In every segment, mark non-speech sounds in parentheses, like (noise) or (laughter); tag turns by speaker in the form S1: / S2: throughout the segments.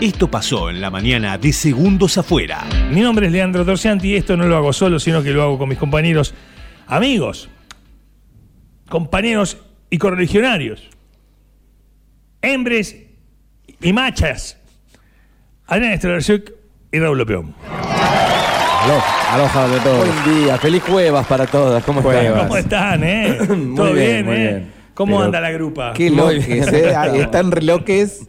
S1: Esto pasó en la mañana de Segundos Afuera.
S2: Mi nombre es Leandro Torcianti y esto no lo hago solo, sino que lo hago con mis compañeros, amigos, compañeros y correligionarios, hembres y machas, Adrián Estrellarciuk y Raúl Lopeón.
S3: Alo- Aloha de todos.
S4: Buen día, feliz juevas para todas. ¿Cómo
S3: Juevas.
S4: están?
S2: ¿Cómo están, eh? ¿Todo
S4: Muy
S2: bien,
S4: bien, muy
S2: eh?
S4: bien.
S2: ¿Cómo
S3: Pero-
S2: anda la grupa?
S4: Qué
S3: Muy
S4: loques,
S3: bien.
S4: eh. Ay, están reloques.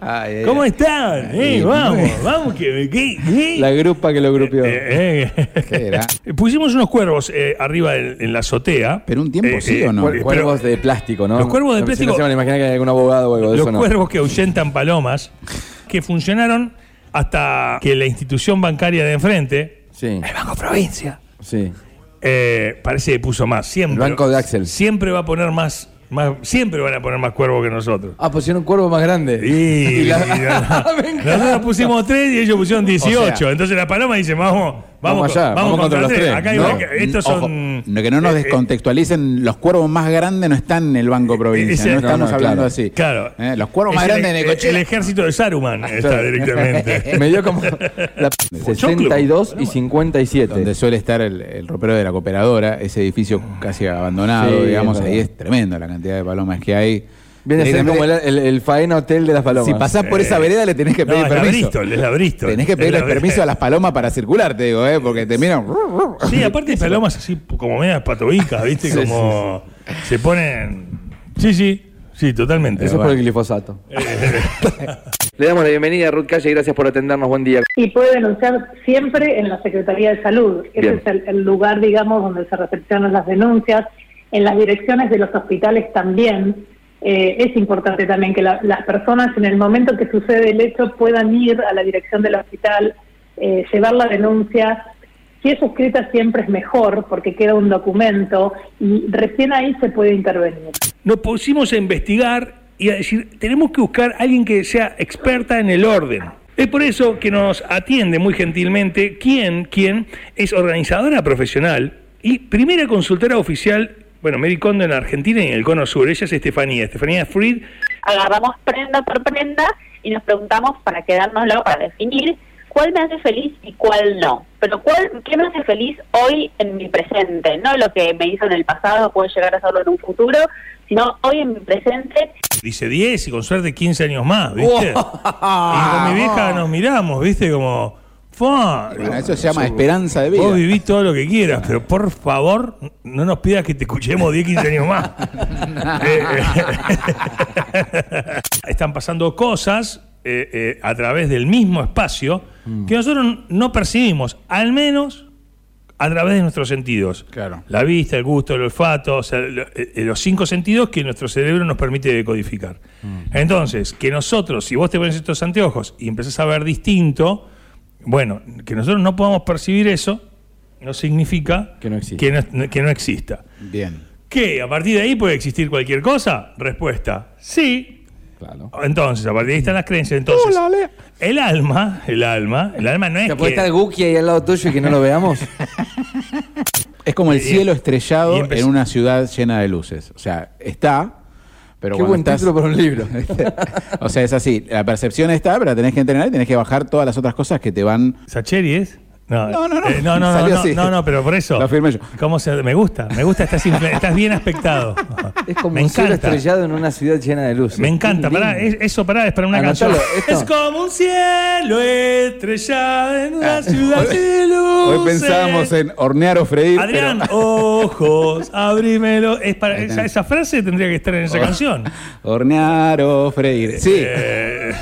S4: Ay, ay,
S2: ¿Cómo
S4: ay.
S2: están? Eh,
S4: Ahí, muy
S2: vamos,
S4: bien.
S2: vamos, que... que- que-
S4: La grupa que lo grupió.
S2: Eh, eh. (laughs)
S3: ¿Qué era?
S2: Pusimos unos cuervos eh, arriba en, en la azotea. Eh,
S3: Pero un tiempo sí, ¿o no?
S2: cuer-
S4: cuervos
S2: pero
S4: de plástico, ¿no?
S2: Los cuervos de
S4: No, si
S2: plástico-
S4: No se van a imaginar que hay algún abogado o algo de
S2: Los
S4: eso, no.
S2: cuervos que ahuyentan palomas, que funcionaron hasta que la institución bancaria de enfrente,
S4: Sí,
S2: el Banco Provincia,
S4: sí.
S2: eh, parece que puso más. Siempre,
S4: El banco de Axel.
S2: Siempre va a poner más, más siempre van a poner más cuervos que nosotros.
S4: Ah, pusieron un cuervo más grande. (laughs)
S2: Y, y la-
S4: Me encanta.
S2: nosotros pusimos tres y ellos pusieron 18.
S3: O sea-
S2: Entonces la paloma dice, vamos, vamos,
S4: Vamos
S2: con-
S4: allá, vamos contra los tres.
S2: Acá hay
S4: No,
S2: una que- estos
S3: Ojo,
S2: son...
S3: no, que no nos
S2: eh, eh,
S3: descontextualicen, los cuervos más grandes no están en el Banco Provincia,
S2: ese-
S3: no
S2: no,
S3: estamos
S4: no,
S3: hablando
S4: claro.
S3: así.
S2: Claro.
S3: Eh, los
S2: Es
S3: cuervos más
S2: el-
S3: grandes de
S2: el-
S3: Necochea.
S2: El ejército de Saruman está directamente.
S4: Me dio como
S2: (laughs)
S4: la 62 y 57.
S3: donde suele estar el, el ropero de la cooperadora, ese edificio casi abandonado,
S4: Sí,
S3: digamos,
S4: es
S3: ahí
S4: verdad.
S3: es tremenda la cantidad de palomas que hay.
S4: Viene a ser
S3: Directamente,
S4: como el, el- el Faena Hotel de las Palomas.
S3: si pasás por esa vereda le tenés que
S2: Eh, No,
S3: pedir
S2: es la
S3: permiso.
S2: Bristol, es la Bristol.
S3: Tenés que
S2: Es la
S3: pedirle
S2: Bristol.
S3: permiso a las palomas para circular, te digo, eh, porque te miran. (laughs)
S2: Sí, aparte hay palomas así como medias patobicas, ¿viste? Como se ponen... Sí, sí, sí, totalmente.
S4: Eso es
S2: (laughs)
S4: por el glifosato.
S5: Le damos la bienvenida a Ruth Calle y gracias por atendernos. Buen día.
S6: y puede denunciar siempre en la Secretaría de Salud. Ese
S5: Bien.
S6: es el, el lugar, digamos, donde se recepcionan las denuncias. En las direcciones de los hospitales también. Eh, es importante también que la- las personas en el momento que sucede el hecho puedan ir a la dirección del hospital, eh, llevar la denuncia. Si es escrita siempre es mejor porque queda un documento y recién ahí se puede intervenir.
S2: Nos pusimos a investigar y a decir, tenemos que buscar a alguien que sea experta en el orden. Es por eso que nos atiende muy gentilmente quien, quien es organizadora profesional y primera consultora oficial, bueno, Mary Kondo en Argentina y en el Cono Sur. Ella es Estefanía, Estefanía Fried.
S7: agarramos prenda por prenda y nos preguntamos para quedárnoslo, para definir cuál me hace feliz y cuál no. Pero cuál, qué me hace feliz hoy en mi presente, no lo que me hizo en el pasado, puedo llegar a hacerlo en un futuro, sino hoy en mi presente,
S2: Dice 10 y con suerte 15 años más,
S3: (laughs)
S2: ¿viste? y con mi vieja nos miramos, ¿viste? Como, "Fua".
S3: Bueno, eso se llama esperanza de vida.
S2: Vos vivís todo lo que quieras, pero por favor, no nos pidas que te escuchemos 10, 15 años más. Eh, eh. (laughs) Están pasando cosas eh, eh, a través del mismo espacio
S4: Mm.
S2: que nosotros no percibimos, al menos a través de nuestros sentidos.
S3: Claro.
S2: La vista, el gusto, el olfato, o sea, lo- eh, eh, los cinco sentidos que nuestro cerebro nos permite decodificar.
S4: Mm.
S2: Entonces, que nosotros, si vos te pones estos anteojos y empezás a ver distinto, bueno, que nosotros no podamos percibir eso, no significa
S4: Que no existe.
S2: que no- que no exista.
S3: Bien.
S2: ¿Qué? ¿A partir de ahí puede existir cualquier cosa? Respuesta, sí.
S4: Claro.
S2: Entonces, a partir de ahí están las creencias. Entonces, el alma, el alma, el alma no es
S4: ¿Te puede
S2: que...
S4: estar Guki ahí al lado tuyo y que no lo veamos?
S2: (laughs)
S3: Es como el
S2: Y-
S3: cielo estrellado
S2: y empezó-
S3: en una ciudad llena de luces. O sea, está, pero
S4: Qué
S3: cuando
S4: buen
S3: estás- Este,
S4: título para un
S3: (laughs)
S4: libro.
S3: o sea, es así. La percepción está, pero la tenés que entrenar y tenés que bajar todas las otras cosas que te van.
S2: ¿Sacheri es? No,
S3: No, no, no.
S2: Eh, no, no, no,
S3: Salió
S2: no,
S3: así.
S2: no, no, pero por eso.
S3: Lo firmé yo.
S2: ¿Cómo se, me gusta, me gusta, estás,
S3: (laughs)
S2: infla- estás bien aspectado.
S4: Es como
S2: me
S4: un cielo
S2: encanta.
S4: estrellado en una ciudad llena de luces.
S2: Me encanta,
S4: Qué lindo.
S2: pará, es- eso pará, es para una
S4: Anotalo,
S2: canción.
S4: esto.
S2: Es como un cielo estrellado en una
S3: Ah,
S2: ciudad
S3: hoy-
S2: de luces.
S3: Hoy pensábamos en hornear o freír.
S2: Adrián,
S3: pero-
S2: ojos, abrímelo. Es para,
S3: Ahí
S2: esa,
S3: tenés.
S2: esa frase tendría que estar en esa canción.
S3: hornear o freír. Sí.
S2: Eh,